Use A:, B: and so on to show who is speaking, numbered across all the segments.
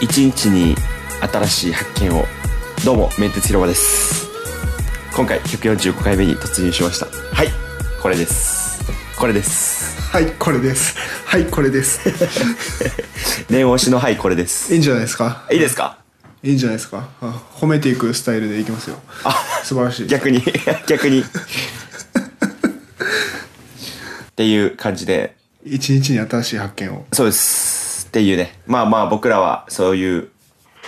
A: 一日に新しい発見をどうもメンテツ広場です今回145回目に突入しましたはいこれですこれです
B: はいこれですはいこれです
A: 念押しのはいこれです
B: いいんじゃないですか
A: いいですか
B: いいんじゃないですかあ褒めていくスタイルでいきますよ
A: あ
B: 素晴らしい
A: 逆に 逆にっていう感じで
B: 一日に新しい発見を
A: そうです。っていうね。まあまあ僕らはそういう、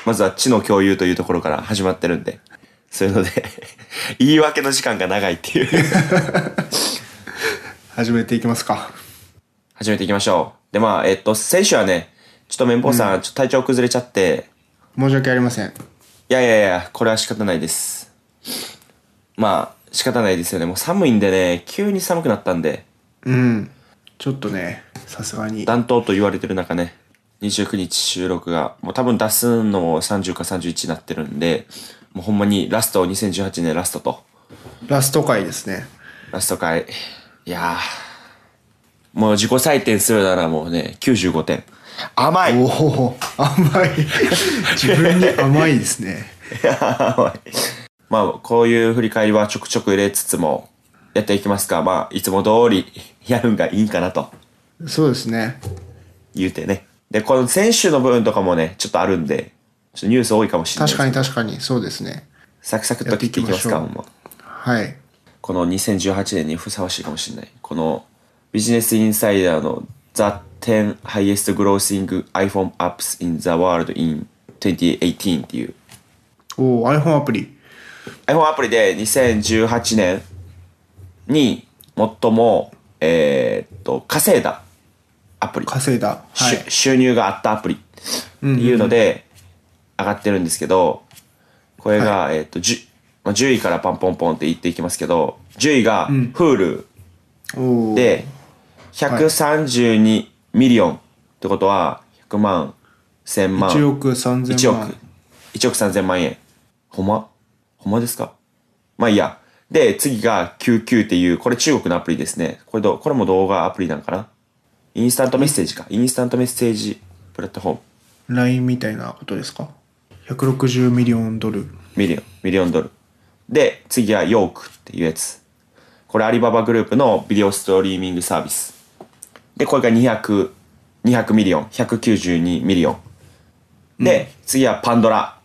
A: まずは知の共有というところから始まってるんで、そういうので、 言い訳の時間が長いっていう。
B: 始めていきますか
A: 始めていきましょう。でまあ、えっと、先週はね、ちょっと綿棒さん、ちょっと体調崩れちゃって、
B: 申し訳ありません
A: いやいやいや、これは仕方ないです。まあ、仕方ないですよね。もう寒いんでね、急に寒くなったんで、
B: うんちょっとねさすがに
A: 暖冬と言われてる中ね、29日収録が、もう多分出すのも30か31になってるんで、もうほんまにラスト、2018年ラストと、
B: ラスト回ですね
A: ラスト回。いやー、もう自己採点するならもうね、95点。甘い
B: おお甘い自分に甘いですね
A: 甘い まあ、こういう振り返りはちょくちょく入れつつも、やっていきますか。まあ、いつも通り やるんがいいかなと
B: そうですね
A: 言うてね。で、この選手の部分とかもね、ちょっとあるんで、ちょっとニュース多いかもしれないで
B: 確
A: す
B: かに確かにそうですね
A: サクサクっと切っていきますか、
B: やってい
A: ほん
B: き
A: ま。
B: はい
A: この2018年にふさわしいかもしれない。このビジネスインサイダーの The 10 Highest Grossing iPhone Apps in the World in 2018っていう
B: おお iPhone アプリ
A: iPhone アプリで2018年に最も、えーっと、稼いだアプリ、
B: 稼いだは
A: し
B: い
A: 収入があったアプリっていうので上がってるんですけど、これが、えーっと、10まあ10位からパンポンポンっていっていきますけど、10位が Hulu、
B: おお
A: で、132ミリオンってことは、100万、1000万、
B: 1億3000
A: 1
B: 万
A: 億、1億3000万円。ほんまほんまですかまあいいや。で、次が99っていう、これ中国のアプリですね。これどう、これも動画アプリなんかなインスタントメッセージか。インスタントメッセージプラットフォーム。
B: LINE みたいなことですか160ミリオンドル
A: ミリオン、ミリオンドル。で、次はヨークっていうやつ。これアリババグループのビデオストリーミングサービス。で、これが200、200ミリオン、192ミリオン。で、次はパンドラ。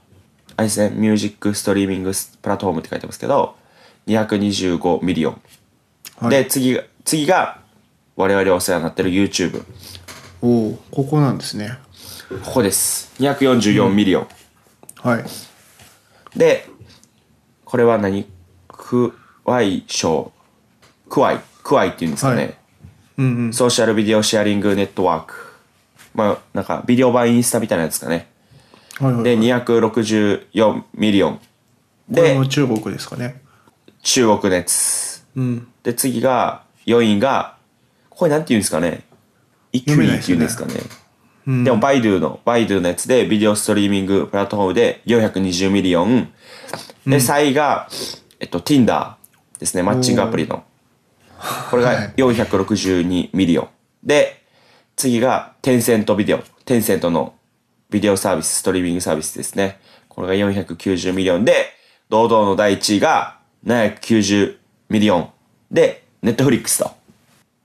A: あれですね、ミュージックストリーミングプラットフォームって書いてますけど、225ミリオン。
B: はい
A: で、次が、次が、我々お世話になってる YouTube。
B: おおここなんですね
A: ここです。244ミリオン。
B: はい
A: で、これは何クワイ賞。クワイ。クワイって言うんですかね。
B: はいうんうん
A: ソーシャルビデオシェアリングネットワーク。まあ、なんか、ビデオ版インスタみたいなやつかね。
B: はいはい、
A: で、264ミリオン。
B: これ
A: で
B: も、中国ですかね
A: 中国熱。
B: うん
A: で、次が、4位が、これなんて言うんですかね。イクイ
B: 読めない
A: っ
B: で
A: て
B: す
A: 言うん
B: よね
A: ですかね。でも、バイドゥの、バイドゥのやつで、ビデオストリーミングプラットフォームで420ミリオン。で、3位が、えっと、Tinder ですね。マッチングアプリの。これ
B: は
A: が
B: い
A: 462ミリオン。で、次が、テンセントビデオ。テンセントのビデオサービス、ストリーミングサービスですね。これが490ミリオンで、堂々の第1位が790ミリオンで、ネットフリックスと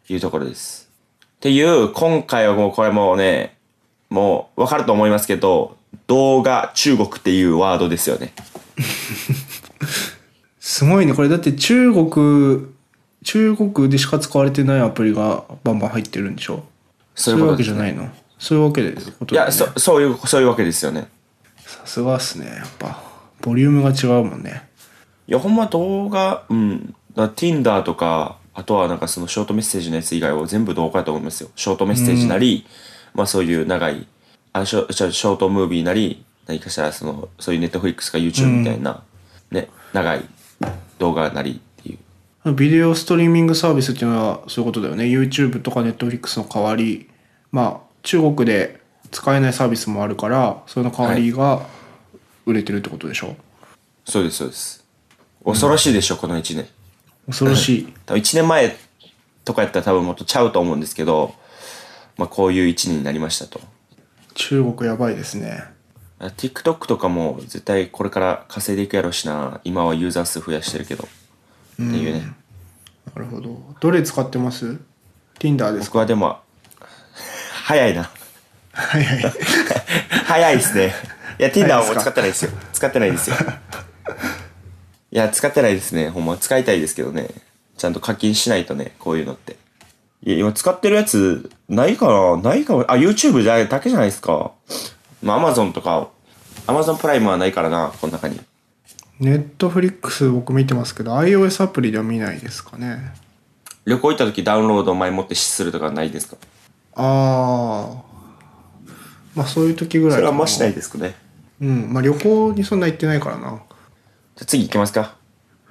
A: いうところです。っていう、今回はもうこれもうね、もうわかると思いますけど、動画中国っていうワードですよね。
B: すごいねこれだって中国中国でしか使われてないアプリがバンバン入ってるんでしょ
A: そうい
B: そう
A: う
B: いう
A: こ
B: わ
A: とで
B: け
A: す
B: じゃ
A: ね。
B: ないのそういうわけですこと
A: い
B: だよ
A: や、
B: ね
A: そ、そういう、そういうわけですよね。
B: さすがっすねやっぱボリュームが違うもんね
A: いや、ほんま動画、うん。だから Tinder とか、あとはなんかそのショートメッセージのやつ以外は全部動画だと思いますよ。ショートメッセージなり、まあそういう長い、あショ、ショショートムービーなり、何かしらその、そういう Netflix か YouTube みたいな、ね、長い動画なりっていう。
B: ビデオストリーミングサービスっていうのはそういうことだよね YouTube とか Netflix の代わりまあ中国で使えないサービスもあるからその代わりが売れてるってことでしょ、
A: そうです、そうです。恐ろしいでしょ、この1年。
B: 恐ろしい
A: 多分1年前とかやったら多分もっとちゃうと思うんですけど、まあこういう1年になりましたと。
B: 中国やばいですね
A: TikTok とかも絶対これから稼いでいくやろうしな今はユーザー数増やしてるけど、っていうね
B: なるほどどれ使ってます ?Tinder です
A: 僕
B: か
A: はでも早いな
B: はいはい
A: 早いですねいや
B: いです
A: Tinder
B: か
A: はもう使ってないですよ使ってないですよいや使ってないですねほんま使いたいですけどねちゃんと課金しないとねこういうのっていや今使ってるやつないかなないかもあ YouTube だだけじゃないですかまあ Amazon とか Amazon プライムはないからなこの中に
B: ネットフリックス僕見てますけど iOS アプリでは見ないですかね
A: 旅行行った時ダウンロードを前もってするとかないですか
B: ああまあそういう時ぐら
A: そ
B: いか
A: れはあんましないですかね
B: うんまあ旅行にそんな行ってないから
A: じ
B: な
A: ゃあ次行きますか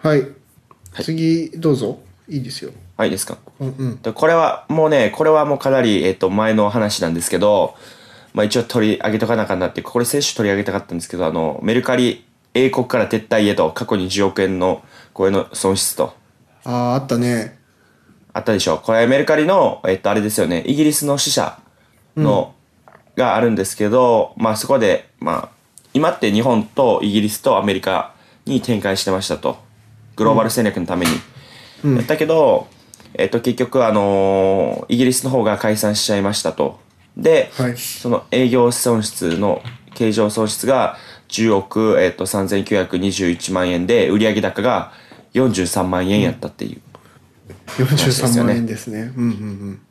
B: はい、次どうぞいいですよ
A: はいいいですか
B: うんうん
A: でこれはもうねこれはもうかなり、えっと前の話なんですけど、まあ、一応取り上げとかなあかんなってこれ選手取り上げたかったんですけどあのメルカリ英国から撤退へと過去に10億円のこれの損失と
B: あああったね
A: あったでしょこれメルカリの、えっとあれですよねイギリスの支社の、があるんですけど、まあ、そこで、まあ、今って日本とイギリスとアメリカに展開してましたとグローバル戦略のために。
B: うん
A: だけど、えっと、結局、あのーイギリスの方が解散しちゃいましたと。で、
B: はい
A: その営業損失の、経常損失が10億、えっと、3921万円で、売上高が43万円やったっていう。です
B: 43
A: よね
B: 万円ですねうんうんうん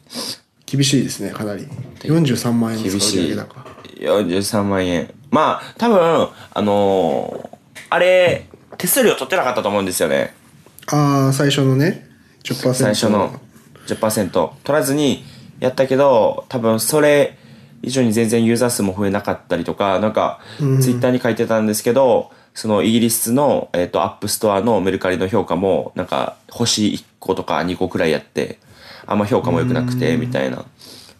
B: 厳しいですねかなり43万円ですか
A: 厳しい
B: 売上高
A: 43万円。まあ、多分、あのーあれ、手数料取ってなかったと思うんですよね。
B: ああ最初のね10%
A: 最初の10%取らずにやったけど多分それ以上に全然ユーザー数も増えなかったりとかなんかツイッターに書いてたんですけどそのイギリスの、えっとアップストアのメルカリの評価もなんか星1個とか2個くらいやってあんま評価も良くなくてみたいな、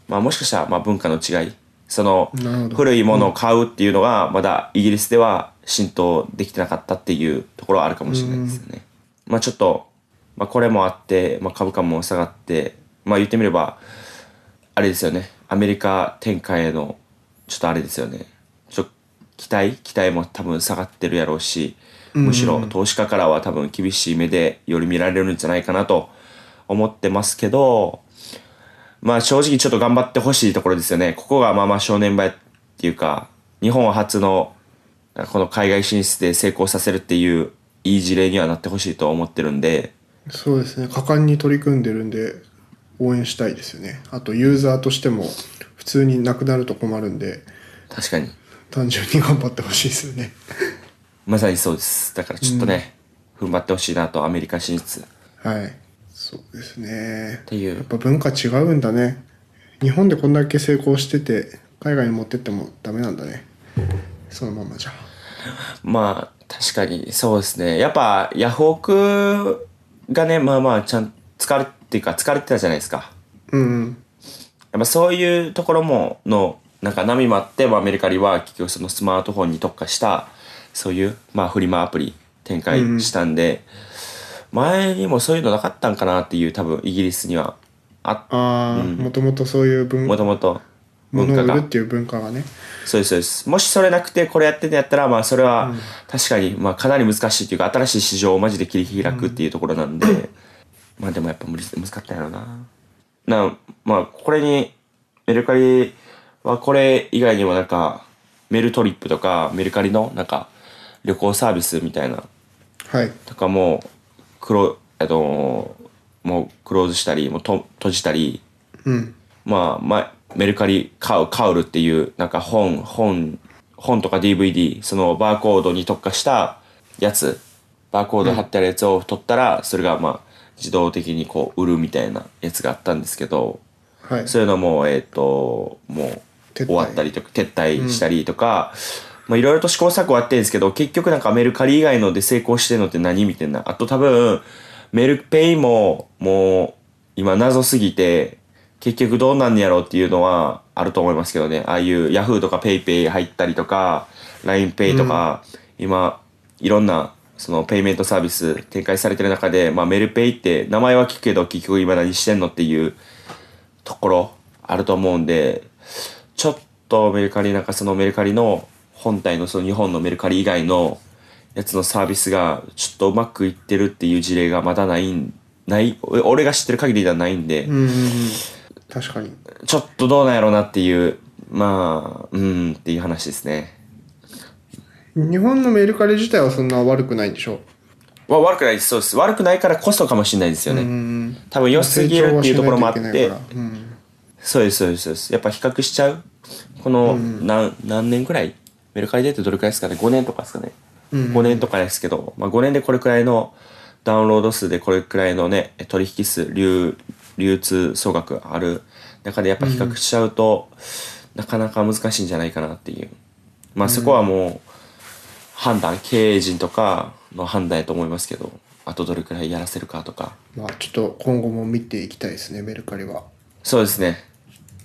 A: まあ、もしかしたらまあ文化の違いその
B: なるほど
A: 古いものを買うっていうのがまだイギリスでは浸透できてなかったっていうところはあるかもしれないですよね。まあちょっと、まあ、これもあって、まあ、株価も下がってまあ言ってみればあれですよねアメリカ展開へのちょっとあれですよねちょ期待期待も多分下がってるやろうしむしろ投資家からは多分厳しい目でより見られるんじゃないかなと思ってますけどまあ正直ちょっと頑張ってほしいところですよね。ここがまあまあ正念場っていうか、日本初のこの海外進出で成功させるっていういい事例にはなってほしいと思ってるんで、
B: そうですね果敢に取り組んでるんで応援したいですよねあとユーザーとしても普通になくなると困るんで
A: 確かに。
B: 単純に頑張ってほしいですよね
A: まさにそうです。だからちょっとね、踏ん張ってほしいなと、アメリカ進出。っ
B: はいそうですね
A: てい
B: やっ
A: う。
B: ぱ文化違うんだね日本でこんだけ成功してて海外に持ってってもダメなんだねそのままじゃ
A: まあ、確かにそうですね。やっぱヤフオクがね、まあまあ、ちゃん、疲れっていうか疲れてたじゃないですか。
B: うんうん
A: やっぱそういうところものなんか波もあって、まあ、メルカリは結局そのスマートフォンに特化したそういう、まあ、フリマアプリ展開したんで、前にもそういうのなかったんかなっていう多分イギリスにはあ
B: ああもともとそういう文
A: もともと文
B: 物を
A: 化
B: 売る
A: が
B: っていう文化がね
A: そうですそうですもしそれなくてこれやってんやったらまあそれは確かにまあかなり難しいというか新しい市場をマジで切り開くっていうところなんで、まあでもやっぱ無理難しかったんやろうななまあこれにメルカリはこれ以外にもなんかメルトリップとかメルカリのなんか旅行サービスみたいな
B: はい
A: とかもクロあのもうクローズしたりもうと閉じたり
B: うん
A: まあ、まあ、メルカリカウカウルっていうなんか本本本とか DVD そのバーコードに特化したやつバーコード貼ってあるやつを取ったら、それがまあ自動的にこう売るみたいなやつがあったんですけど
B: はい
A: そういうのもえっ、ともう
B: 撤退
A: 終わったりとか撤退したりとか、まあいろいろと試行錯誤あってるんですけど結局なんかメルカリ以外ので成功してるのって何みたいなあと多分メルペイももう今謎すぎて結局どうなんやろうっていうのはあると思いますけどねああいうヤフーとかペイペイ入ったりとか LINEPay とか、今いろんなそのペイメントサービス展開されてる中で、まあ、メルペイって名前は聞くけど結局今何してんのっていうところあると思うんでちょっとメルカリなんかそのメルカリの本体のその日本のメルカリ以外のやつのサービスがちょっとうまくいってるっていう事例がまだないんないお俺が知ってる限りではないんで、
B: うんうんうん確かに
A: ちょっとどうなんやろうなっていうまあうんっていう話ですね
B: 日本のメルカリ自体はそんな悪くないんでしょ
A: まあ悪くないですそうです悪くないからこそかもしれないですよね、
B: うん
A: 多分良すぎるっていうところもあって
B: 成長はしないといけないからうん
A: そうですそうですそうですやっぱ比較しちゃうこの何,、何年くらいメルカリでってどれくらいですかね5年とかですかね、5年とかですけど、まあ、5年でこれくらいのダウンロード数でこれくらいのね取引数流流通総額ある中でやっぱ比較しちゃうと、なかなか難しいんじゃないかなっていうまあそこはもう、判断経営陣とかの判断やと思いますけどあとどれくらいやらせるかとか
B: まあちょっと今後も見ていきたいですねメルカリは
A: そうですね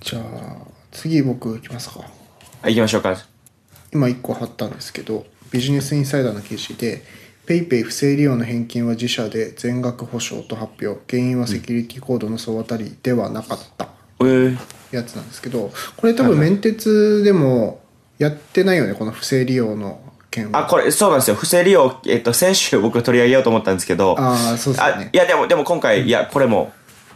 B: じゃあ次僕いきますか
A: あ行きましょうか
B: 今1個貼ったんですけどビジネスインサイダーの記事で PayPay 不正利用の返金は自社で全額保証と発表原因はセキュリティコードの総当たりではなかった
A: えー、
B: やつなんですけどこれ多分面鉄でもやってないよねこの不正利用の件
A: あ
B: は
A: これそうなんですよ不正利用、えっと、先週僕取り上げようと思ったんですけど
B: ああそうですよ
A: あ
B: ね
A: いやでもでも今回いやこれも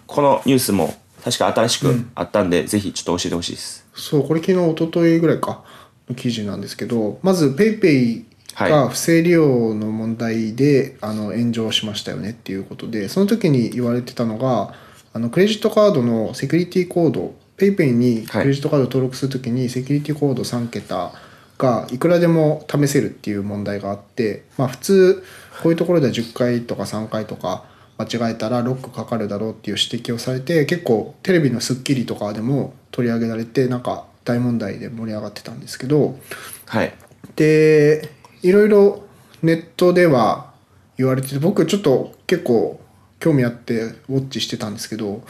A: このニュースも確か新しくあったんで、ぜひちょっと教えてほしいです
B: そうこれ昨日一昨日ぐらいかの記事なんですけどまず PayPay
A: は
B: が不正利用の問題で、あの炎上しましたよねっていうことでその時に言われてたのがあのクレジットカードのセキュリティコード PayPay に
A: はい
B: クレジットカードを登録する時にセキュリティコード3桁がいくらでも試せるっていう問題があってまあ普通こういうところでは10回とか3回とか間違えたらロックかかるだろうっていう指摘をされて結構テレビの『スッキリ』とかでも取り上げられてなんか大問題で盛り上がってたんですけど
A: はい
B: でいろいろネットでは言われてて僕ちょっと結構興味あってウォッチしてたんですけど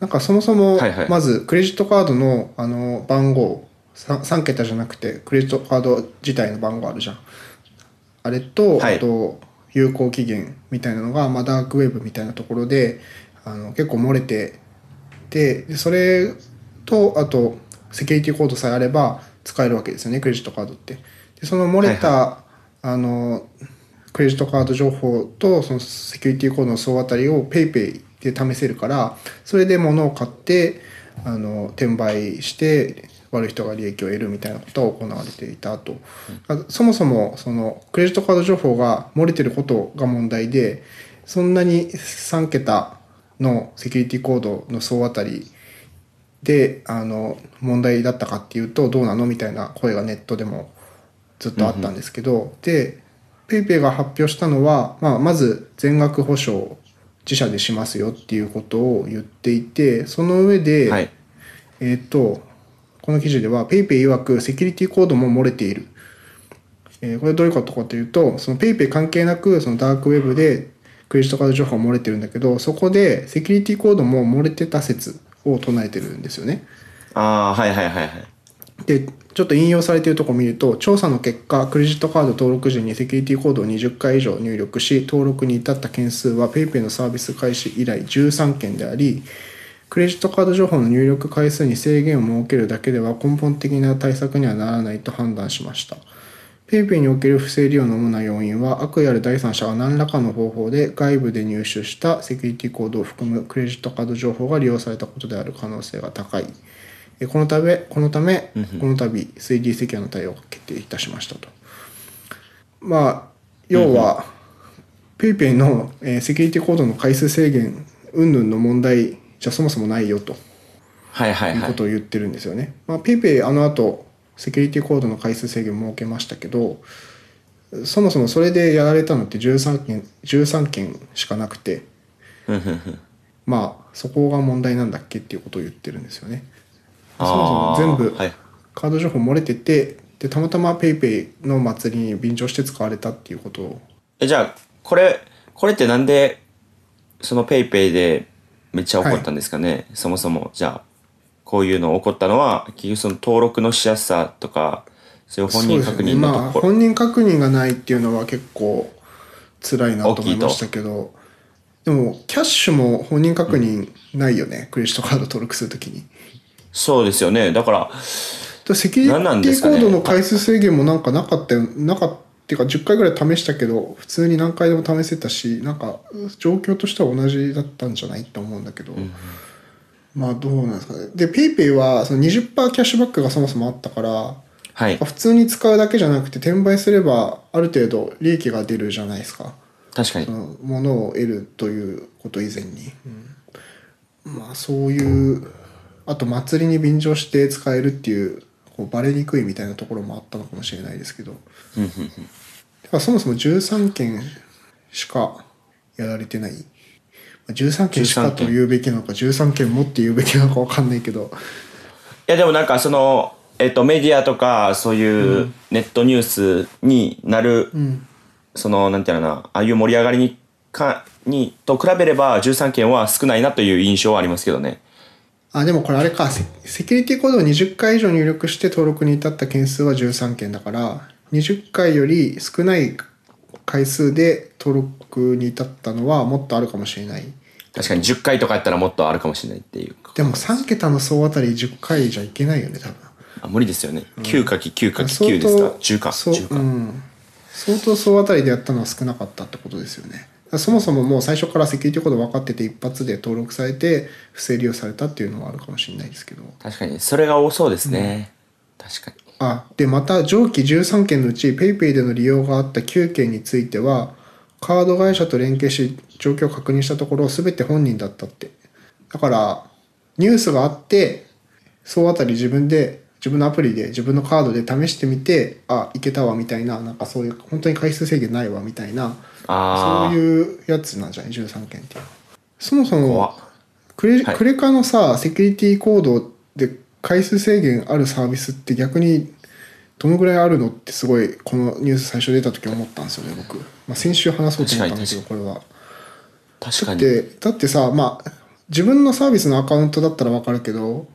B: なんかそもそも
A: はいはい
B: まずクレジットカードのあの番号 3, 3桁じゃなくてクレジットカード自体の番号あるじゃんあれと、
A: はい
B: あと有効期限みたいなのが、まあ、ダークウェブみたいなところであの結構漏れててでそれとあとセキュリティコードさえあれば使えるわけですよねクレジットカードって。でその漏れた、あのクレジットカード情報とそのセキュリティコードの総当たりを PayPay で試せるからそれで物を買ってあの転売して悪い人が利益を得るみたいなことが行われていたと、あそもそもそのクレジットカード情報が漏れてることが問題でそんなに3桁のセキュリティコードの総当たりであの問題だったかっていうとどうなのみたいな声がネットでもずっとあったんですけど、で PayPay が発表したのは、まあ、まず全額保証を自社でしますよっていうことを言っていてその上で、
A: はい
B: えーっとこの記事では PayPay 曰くセキュリティコードも漏れているえーこれどういうことかというと、その PayPay 関係なく、そのダークウェブでクレジットカード情報が漏れてるんだけど、そこでセキュリティコードも漏れてた説を唱えてるんですよね。
A: ああーはいはいはいはい
B: で、ちょっと引用されているところを見ると、調査の結果、クレジットカード登録時にセキュリティコードを20回以上入力し、登録に至った件数は PayPay のサービス開始以来13件であり、クレジットカード情報の入力回数に制限を設けるだけでは根本的な対策にはならないと判断しました。PayPay における不正利用の主な要因は、悪意ある第三者が何らかの方法で外部で入手したセキュリティコードを含むクレジットカード情報が利用されたことである可能性が高い。えこのため、このため、この度、3D セキュアの対応が決定いたしましたと。まあ、要は、PayPay の、えーセキュリティコードの回数制限、云々の問題じゃそもそもないよと。
A: はいはい
B: いう
A: は
B: こ
A: い
B: とを言ってるんですよね。まあ、PayPay あの後セキュリティコードの回数制限設けましたけどそもそもそれでやられたのって13件 ,13 件しかなくて
A: ふんふんふん
B: まあそこが問題なんだっけっていうことを言ってるんですよね。そ
A: あ
B: も
A: ー
B: そも全部
A: はい
B: カード情報漏れててでたまたま PayPay の祭りに便乗して使われたっていうことを
A: えじゃあこれこれってなんでそのペイペイでめっちゃ怒ったんですかね、そもそもじゃあこういうの起こったのは結局その登録のしやすさとかそういう本人確認
B: そうですねま
A: の
B: あ、
A: ところ、
B: 本人確認がないっていうのは結構辛いなと思いましたけどでもキャッシュも本人確認ないよね、クレジットカード登録するときに
A: そうですよねだから
B: だセキュリテ
A: 何なんです
B: ィコ
A: かね
B: ードの回数制限もなんかなかったよなかっていうか10回ぐらい試したけど普通に何回でも試せたしなんか状況としては同じだったんじゃないと思うんだけど、まあどうなんですかねで PayPay はその20%キャッシュバックがそもそもあったから
A: はい
B: 普通に使うだけじゃなくて転売すればある程度利益が出るじゃないですか。
A: 確かに
B: そのものを得るということ以前に、うんまあそういうあと祭りに便乗して使えるっていうこうバレにくいみたいなところもあったのかもしれないですけどてかそもそも13件しかやられてないまあ13件しか
A: 13
B: と
A: 件
B: 言うべきなのか13件もって言うべきなのかわかんないけど
A: いやでもなんかその、えっと、メディアとかそういうネットニュースになる、そのなんていうのかなああいう盛り上がりにかにと比べれば13件は少ないなという印象はありますけどね
B: あでもこれあれかセセキュリティコードを20回以上入力して登録に至った件数は13件だから20回より少ない回数で登録に至ったのはもっとあるかもしれない
A: 確かに10回とかやったらもっとあるかもしれないっていう
B: でも3桁の総あたり10回じゃいけないよね多分
A: あ無理ですよね9かき9かき
B: 相
A: 9ですか
B: 当
A: 10か
B: そう
A: 10か、
B: うん、相当総あたりでやったのは少なかったってことですよねだからそもそももう最初からセキュリティコード分かってて一発で登録されて不正利用されたっていうのはあるかもしれないですけど
A: 確かにそれが多そうですね、確かに
B: あでまた上記13件のうち PayPay での利用があった9件についてはカード会社と連携し状況を確認したところ全て本人だったってだからニュースがあってそうあたり自分で自分のアプリで自分のカードで試してみてあいけたわみたいななんかそういう本当に回数制限ないわみたいな
A: ああ
B: そういうやつなんじゃない13件っていうのはそもそ
A: 怖っ
B: もクレ,、
A: はい
B: クレカのさセキュリティコードで回数制限あるサービスって逆にどのぐらいあるのってすごいこのニュース最初出た時思ったんですよね僕、まあ、先週話そうと思ったんだけど
A: 確
B: これは
A: 確かに
B: でだってさまあ自分のサービスのアカウントだったら分かるけど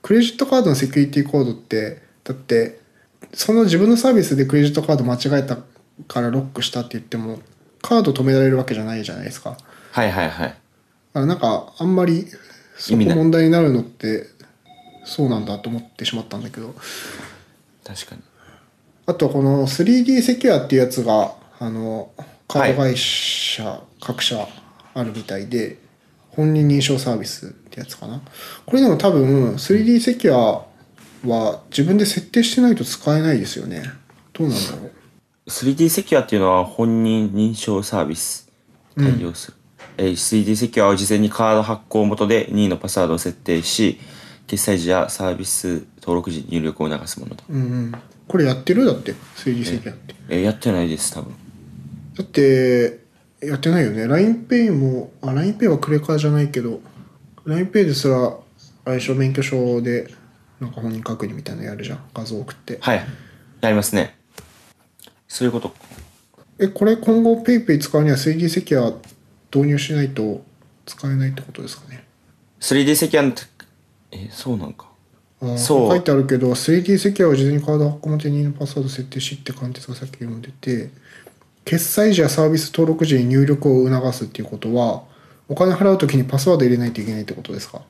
B: クレジットカードのセキュリティコードってだってその自分のサービスでクレジットカード間違えたからロックしたって言ってもカード止められるわけじゃないじゃないですかだか
A: はいはいはい
B: らなんかあんまりそ
A: 意
B: こ
A: 味ない
B: 問題になるのってそうなんだと思ってしまったんだけど
A: 確かに
B: あとこの 3D セキュアっていうやつがあのカード会社、各社あるみたいで本人認証サービスってやつかなこれでも多分 3D セキュアは自分で設定してないと使えないですよねどうなんだろう
A: 3D セキュアっていうのは本人認証サービス対応する、えー 3D セキュアは事前にカード発行元で任意のパスワードを設定し決済時やサービス登録時に入力を促すものだ、
B: うんうんこれやってるだって 3D セキュアって
A: えーやってないです多分
B: だってやってないよね LINEPay もあ LINEPay はクレカじゃないけど LINEPay ですら相性免許証でなんか本人確認みたいなのやるじゃん画像送って
A: はいやりますねそういうこと
B: えこれ今後 PayPay 使うには 3D セキュア導入しないと使えないってことですかね
A: 3D セキュアのてえーそうなんか
B: あー
A: そう
B: 書いてあるけど 3D セキュアを事前にカード発行元にのパスワード設定しって関節がさっき読んでて決済時やサービス登録時に入力を促すっていうことはお金払うときにパスワード入れないといけないってことですか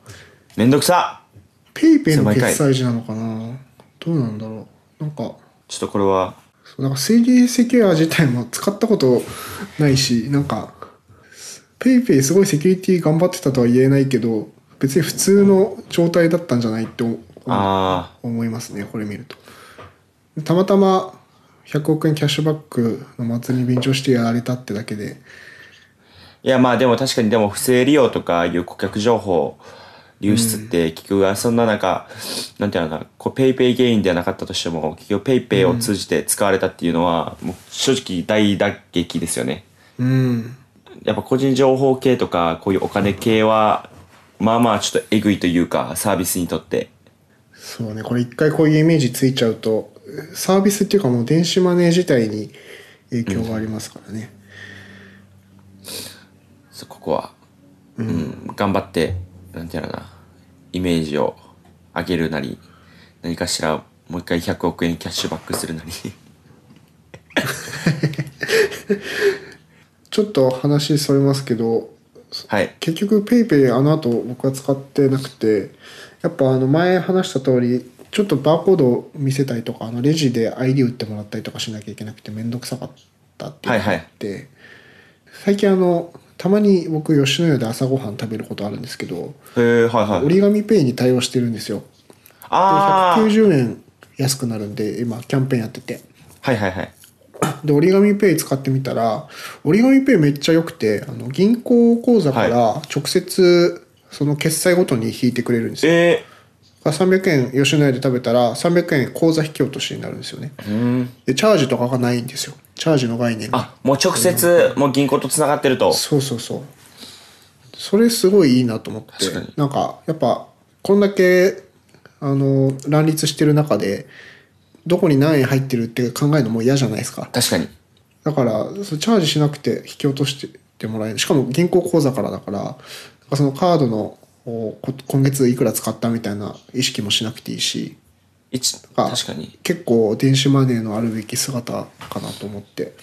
A: めんどくさ
B: PayPay の
A: 狭いかい
B: 決済時なのかなどうなんだろうなんか
A: ちょっとこれは
B: そうなんか 3D セキュア自体も使ったことないしなんか PayPay すごいセキュリティ頑張ってたとは言えないけど別に普通の状態だったんじゃないって思
A: あ
B: 思いますねこれ見るとたまたま100億円キャッシュバックの祭りに便乗してやられたってだけで
A: あいやまあでも確かにでも不正利用とかいう顧客情報流出って結局はそんな中、なんていうのかなこうペイペイ原因ではなかったとしても結局ペイペイを通じて使われたっていうのは、もう正直大打撃ですよね
B: うん
A: やっぱ個人情報系とかこういうお金系はまあまあちょっとえぐいというかサービスにとって
B: そうねこれ一回こういうイメージついちゃうとサービスっていうかもう電子マネー自体に影響がありますからね、
A: そうここは、うん頑張ってなんていうのかなイメージを上げるなり何かしらもう一回100億円キャッシュバックするなり
B: ちょっと話それますけど
A: はい
B: 結局 PayPay あの後僕は使ってなくてやっぱあの前話した通りちょっとバーコードを見せたりとかあのレジで ID 打ってもらったりとかしなきゃいけなくて面倒くさかったっていうのがあって、最近あのたまに僕吉野家で朝ごはん食べることあるんですけど
A: へえ、はいはい。
B: 折り紙ペイに対応してるんですよ
A: ああ。
B: 190円安くなるんで今キャンペーンやってて
A: はいはいはい。
B: で折り紙ペイ使ってみたら折り紙ペイめっちゃ良くてあの銀行口座から直接その決済ごとに引いてくれるんですよ
A: え
B: が300円吉野家で食べたら300円口座引き落としになるんですよね
A: ー、うん。
B: でチャージとかがないんですよチャージの概念が
A: あ、もう直接、もう銀行と繋がってると。
B: そうそうそうそれすごいいいなと思って
A: 確かに
B: なんかやっぱこんだけあの乱立してる中でどこに何円入ってるって考えるのもう嫌じゃないですか
A: 確かに。
B: だからそうチャージしなくて引き落としてってもらえるしかも銀行口座からだからなんかそのカードのこうこ今月いくら使ったみたいな意識もしなくていいし
A: 一
B: あ
A: 確かに。
B: 結構電子マネーのあるべき姿かなと思って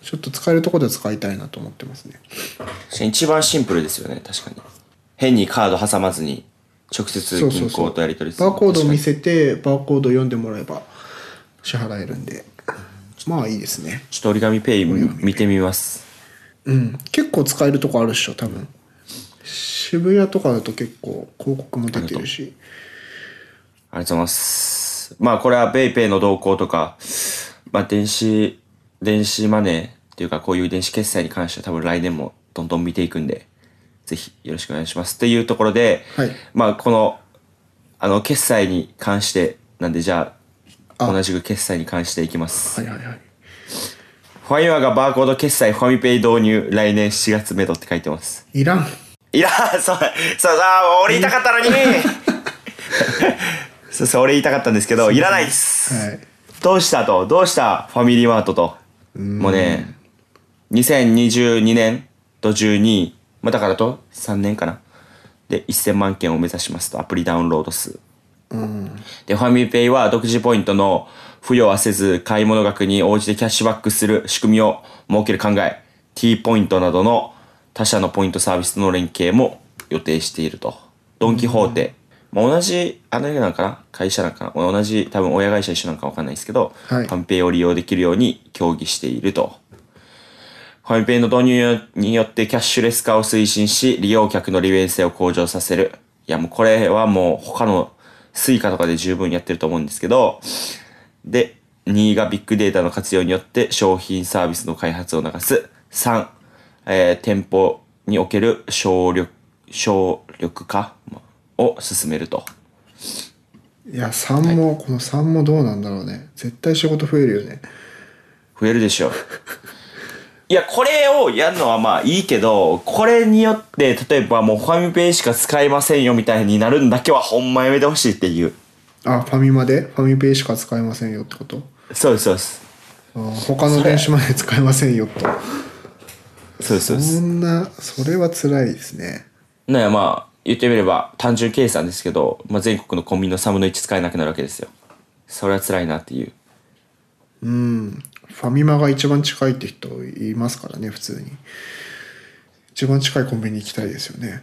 B: ちょっと使えるところでは使いたいなと思ってますね
A: 確かに一番シンプルですよね、確かに。変にカード挟まずに、直接銀行とやり取りする。
B: バーコードを
A: 確
B: 見
A: か
B: せてバーコード読んでもらえば支払えるんでまあいいですね
A: にちょっと折り紙ペイ見てみます。
B: うん結構使えるとこあるっしょ多分渋谷とかだと結構広告も出てるし
A: ありがとうございます。まあこれはペイペイの動向とか、まあ電子、電子マネーっていうかこういう電子決済に関しては多分来年もどんどん見ていくんで、ぜひよろしくお願いします。っていうところで、
B: はい
A: まあこの、あの決済に関してなんでじゃあ、
B: あ
A: 同じく決済に関していきます。
B: はいはいはい
A: ファイワがバーコード決済ファミペイ導入来年7月目処って書いてます。
B: いらん
A: いや、そう、そう、そう、俺言いたかったの にそうそう、俺言いたかったんですけど、いらないです。
B: はい
A: どうしたと、どうしたファミリーマートと。もうね、2022年と12、まあだからと3年かな。で、1000万件を目指しますと、アプリダウンロード数。で、ファミペイは独自ポイントの付与はせず、買い物額に応じてキャッシュバックする仕組みを設ける考え、T ポイントなどの他社のポイントサービスとの連携も予定していると。ドン・キホーテ。まあ、同じ、あのなのかな会社なんかなまあ同じ、多分親会社一緒なんかわかんないですけど、
B: はい
A: ファミペイを利用できるように協議していると。ファミペイの導入によってキャッシュレス化を推進し、利用客の利便性を向上させる。いや、もうこれはもう他のスイカとかで十分やってると思うんですけど、で、2がビッグデータの活用によって商品サービスの開発を促す。3、えー店舗における省力、省力化を進めると。
B: いや3も、この3もどうなんだろうね絶対仕事増えるよね
A: 増えるでしょう いやこれをやるのはまあいいけどこれによって例えばもうファミペイしか使えませんよみたいになるんだけはほんまやめてほしいっていう
B: あファミマでファミペイしか使えませんよってこと
A: そうですそうです
B: あ他の電子マネー使えませんよと
A: そうですそうです
B: そんなそれは辛いですね
A: ねまあ言ってみれば単純計算ですけど、まあ、全国のコンビニの3分の1使えなくなるわけですよそれは辛いなっていう
B: うんファミマが一番近いって人いますからね普通に一番近いコンビニ行きたいですよね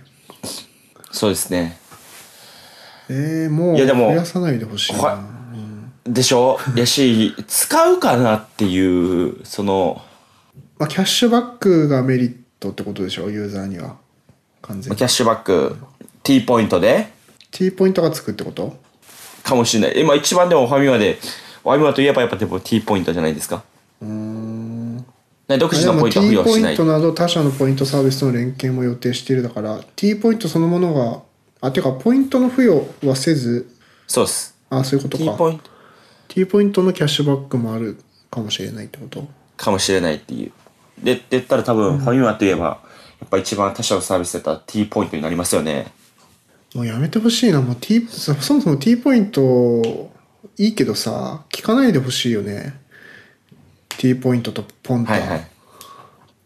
A: そうですね
B: えー、
A: い
B: もう増
A: やでも
B: やさないでほしい
A: は
B: な
A: でしょやし使うかなっていうその
B: まあ、キャッシュバックがメリットってことでしょユーザーには完全に
A: キャッシュバック T ポイントで
B: T ポイントがつくってこと
A: かもしれない。今一番でもファミマで、ファミマといえばやっぱでも T ポイントじゃないですか。うん。独自
B: で
A: のポ
B: も
A: イント
B: T
A: は付与は
B: ポ
A: し
B: イ
A: な
B: ン
A: い
B: ト。など他社のポイントサービスとの連携も予定しているだから T ポイントそのものがあていうかポイントの付与はせず
A: そうです。
B: あそういうこと
A: T
B: か
A: ポイント
B: T ポイントのキャッシュバックもあるかもしれないってこと
A: かもしれないっていう。で、って言ったら多分ファミマといえば、やっぱ一番他社のサービスだったら T ポイントになりますよね。
B: もうやめてほしいなもう T そそもそも T ポイントいいけどさ聞かないでほしいよね T ポイントとポンタ、
A: はいはい。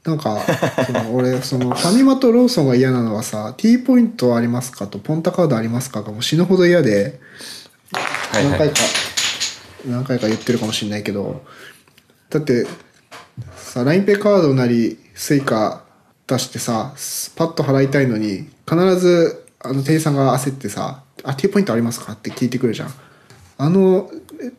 B: なんかその俺そのファミマとローソンが嫌なのはさ T ポイントありますかとポンタカードありますかがもう死ぬほど嫌で
A: はい
B: 何
A: は
B: 回
A: い。
B: か、何回か言ってるかもしれないけどだってさ LINEPay カードなり Suica 出してさパッと払いたいのに必ずあの店員さんが焦ってさ「あ T ポイントありますか?」って聞いてくるじゃん。ああの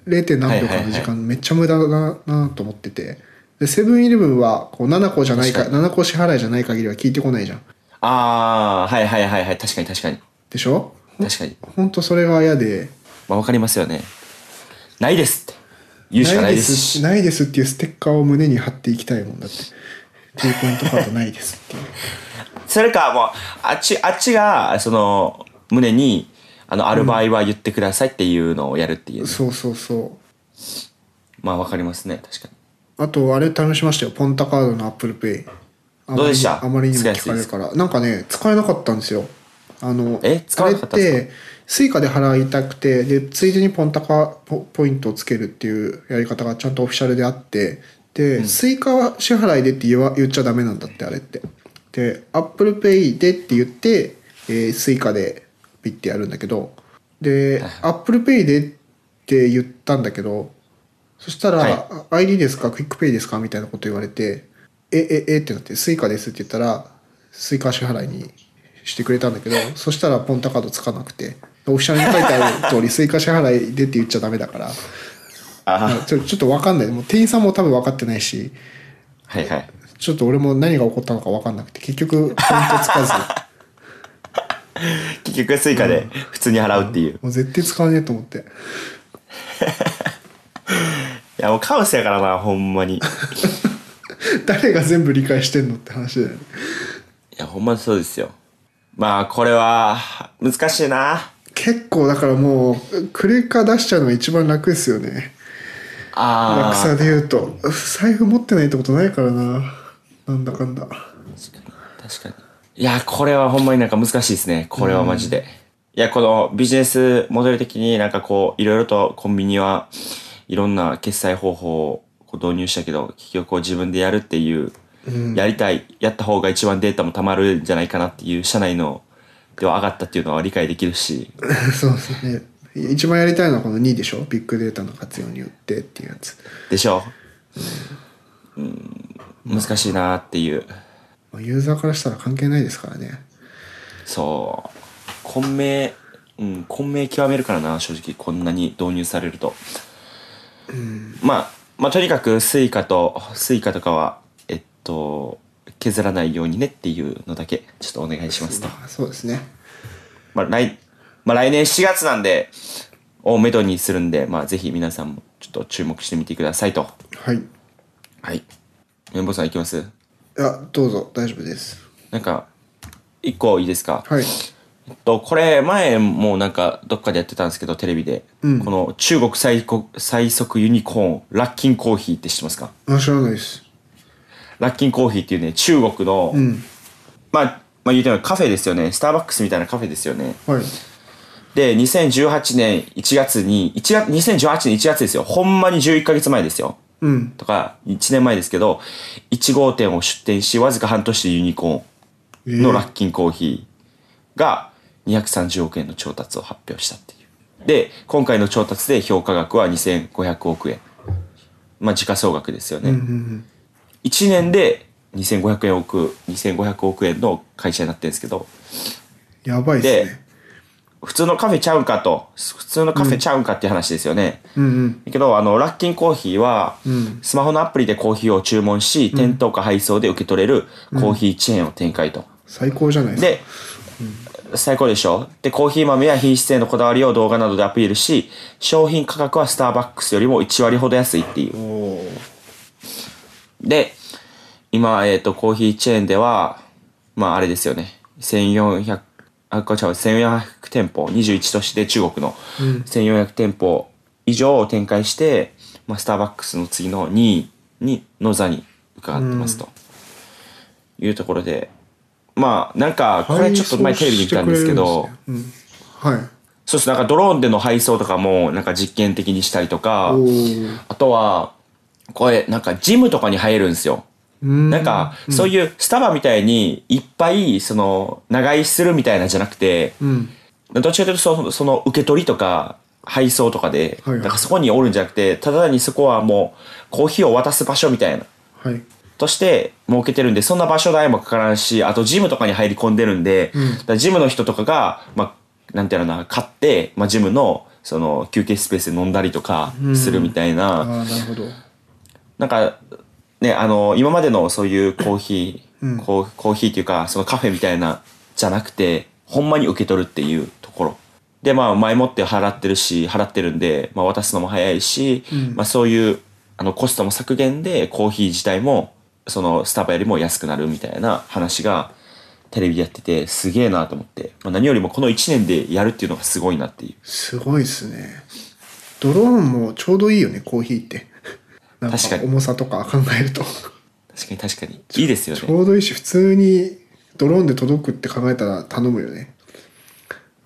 B: 0. 何秒かの
A: はい
B: 時
A: はいは
B: 間めっちゃ無駄だなと思っててでセブンイレブンはこう7個じゃないか
A: 確か
B: 7個支払いじゃない限りは聞いてこないじゃん
A: ああ、はいはいはいはい。確かに確かに。
B: でしょ
A: 確かに。
B: ほんとそれが嫌で
A: まあ、わかりますよね。ないですって。言うしかないですし。
B: ないですっていうステッカーを胸に貼っていきたいもんだって。T ポイントカードないですっていう。
A: それか、もう、あっち、あっちが、その、胸に、あの、ある場合は言ってくださいっていうのをやるっていう。
B: そうそうそ
A: まあ、わかりますね。確かに。
B: う。あと、あれ試しましたよ。ポンタカードの Apple Pay。あまり
A: どうでした
B: あまりにも聞かれるから。なんかね、使えなかったんですよ。あの、
A: え使わなかったんですか
B: あれって、スイカで払いたくて、で、ついでにポンタカポポイントをつけるっていうやり方がちゃんとオフィシャルであって、で、スイカ支払いでって言わ言っちゃダメなんだって、あれって。で、Apple Pay でって言って、えースイカでピッてやるんだけど、で、Apple Pay でって言ったんだけど、そしたら、
A: はい
B: あ ID ですかクイックペイですかみたいなこと言われて、え、え、えってなって、スイカですって言ったら、スイカ支払いにしてくれたんだけど、そしたらポンタカードつかなくて、オフィシャルに書いてある通り、スイカ支払いでって言っちゃダメだから、
A: あ
B: ちょちょっとわかんない。もう店員さんも多分分かってないし、
A: はいはい。
B: ちょっと俺も何が起こったのか分かんなくて、結局、ポイントつかず、
A: 結局、スイカで普通に払うって いう。い
B: もう絶対使わねえと思って。
A: や、もうカオスやからな、ほんまに。い
B: 誰が全部理解してんのって話だよね。
A: や、ほんまそうですよ。まあ、これは、難しいな。
B: 結構だからもう、クレカ出しちゃうのが一番楽ですよね。落
A: あ
B: 差で言うと財布持ってないってことないからななんだ かんだ
A: あ、確かに。いや、これはほんまになんか難しいですね。これはマジで。いや、このビジネスモデル的になんかこう、いろいろとコンビニはいろんな決済方法をこう導入したけど、結局こう自分でやるっていう、やりたい、やった方が一番データも溜まるんじゃないかなっていう、社内の、では上がったっていうのは理解できるし、
B: そうですね一番やりたいのはこの2でしょビッグデータの活用によってっていうやつ
A: でしょう、うん、難しいなっていう。
B: ユーザーからしたら関係ないですからね
A: そう。混迷、うん、混迷極めるからな、正直。こんなに導入されると。まあ、まあ、とにかく、スイカと、スイカとかは、えっと、削らないようにねっていうのだけ、ちょっとお願いしますと。
B: あそうですね
A: まあ、来、まあ、来年7月なんで、をめどにするんで、まあ、ぜひ皆さんも、ちょっと注目してみてくださいと。
B: はい
A: はい。綿棒さんいきます
B: あどうぞ大丈夫です
A: なんか、一個いいですか
B: はい
A: とこれ前もなんかどっかでやってたんですけどテレビで、この中国最速最速ユニコーンラッキンコーヒーって知ってますか
B: あ知らないです
A: ラッキンコーヒーっていうね中国の、まあまあ言うてもカフェですよねスターバックスみたいなカフェですよね
B: はい
A: で2018年1月に1月2018年1月ですよほんまに11ヶ月前ですよ
B: うん
A: とか1年前ですけど1号店を出店しわずか半年でユニコ
B: え
A: ーンのラ
B: ー、
A: ッキンコーヒーが230億円の調達を発表したっていうで今回の調達で評価額は2500億円まあ時価総額ですよね、
B: うんうん
A: 1年で2500円億2500億円の会社になってるんですけど
B: やばいですね
A: 普通のカフェちゃうんかと普通のカフェちゃうんかっていう話ですよね、
B: うんうん
A: だけどあのラッキンコーヒーは、
B: ん
A: スマホのアプリでコーヒーを注文し、店頭か配送で受け取れるコーヒーチェーンを展開と、
B: 最高じゃないですか
A: で、最高でしょで、コーヒー豆や品質へのこだわりを動画などでアピールし、商品価格はスターバックスよりも1割ほど安いっていう。
B: おお
A: で、今、えっ、と、コーヒーチェーンでは、まあ、あれですよね。1400、あ、これ違う、1400店舗、21都市で中国の1400店舗以上を展開して、まあ、スターバックスの次の2位に、の座に伺ってますと。いうところで、まあ、なんか、これちょっと前テレビで見たんですけど、
B: 配送してくれるんですね
A: そうですなんかドローンでの配送とかもなんか実験的にしたりとか
B: うん、はいお
A: あとは、これなんかジムとかに入るんですよ。
B: お
A: なんかそういうスタバみたいにいっぱいその長居するみたいなんじゃなくて、
B: うん
A: どっちかというとそのその受け取りとか配送とかで、
B: はいはい
A: なんかそこにおるんじゃなくて、ただ単にそこはもうコーヒーを渡す場所みたいな。
B: はい
A: として設けてるんで、そんな場所代もかからんし、あとジムとかに入り込んでるんで、だからジムの人とかが、まあ、なんていうのかな、買って、まあ、ジムのその休憩スペースで飲んだりとかするみたいな、
B: ああなるほど
A: なんかねあの今までのそういうコーヒー、コーコーヒーっていうかそのカフェみたいなじゃなくてほんまに受け取るっていうところでまあ前もって払ってるし払ってるんで、まあ、渡すのも早いし、まあ、そういうあのコストも削減でコーヒー自体もそのスタバよりも安くなるみたいな話がテレビでやっててすげえなと思って、まあ、何よりもこの1年でやるっていうのがすごいなっていう
B: すごいですねドローンもちょうどいいよねコーヒーって なんか
A: 確かに
B: 重さとか考え ると
A: 確かに確かにいいですよ
B: ち
A: ね
B: ょうどいいし普通にドローンで届くって考えたら頼むよね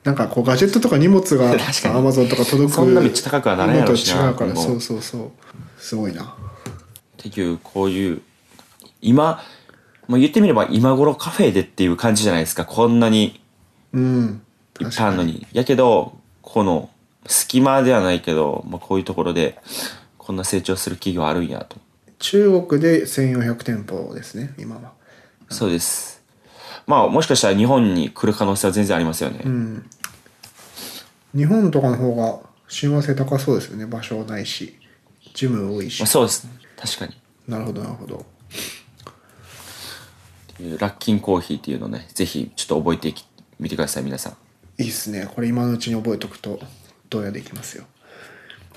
B: なんかこうガジェットとか荷物 が
A: 確かに
B: アマゾンとか届く
A: そんなめっちゃ高くはならんやろうしな
B: のと違うから
A: もう
B: そうそうそうすごいな
A: っていうこういう今、まあ、言ってみれば今頃カフェでっていう感じじゃないですかこんなに
B: うん
A: いっぱいあるのにやけどこの隙間ではないけど、まあ、こういうところでこんな成長する企業あるんやと
B: 中国で1400店舗ですね今は
A: そうですまあもしかしたら日本に来る可能性は全然ありますよね、
B: うん日本とかの方が親和性高そうですよね場所ないしジム多いし
A: まあ、そうです確かに
B: なるほどなるほど
A: っていうラッキンコーヒーっていうのをねぜひちょっと覚えてきみてください皆さん
B: いいっすねこれ今のうちに覚えとくとどうやできますよ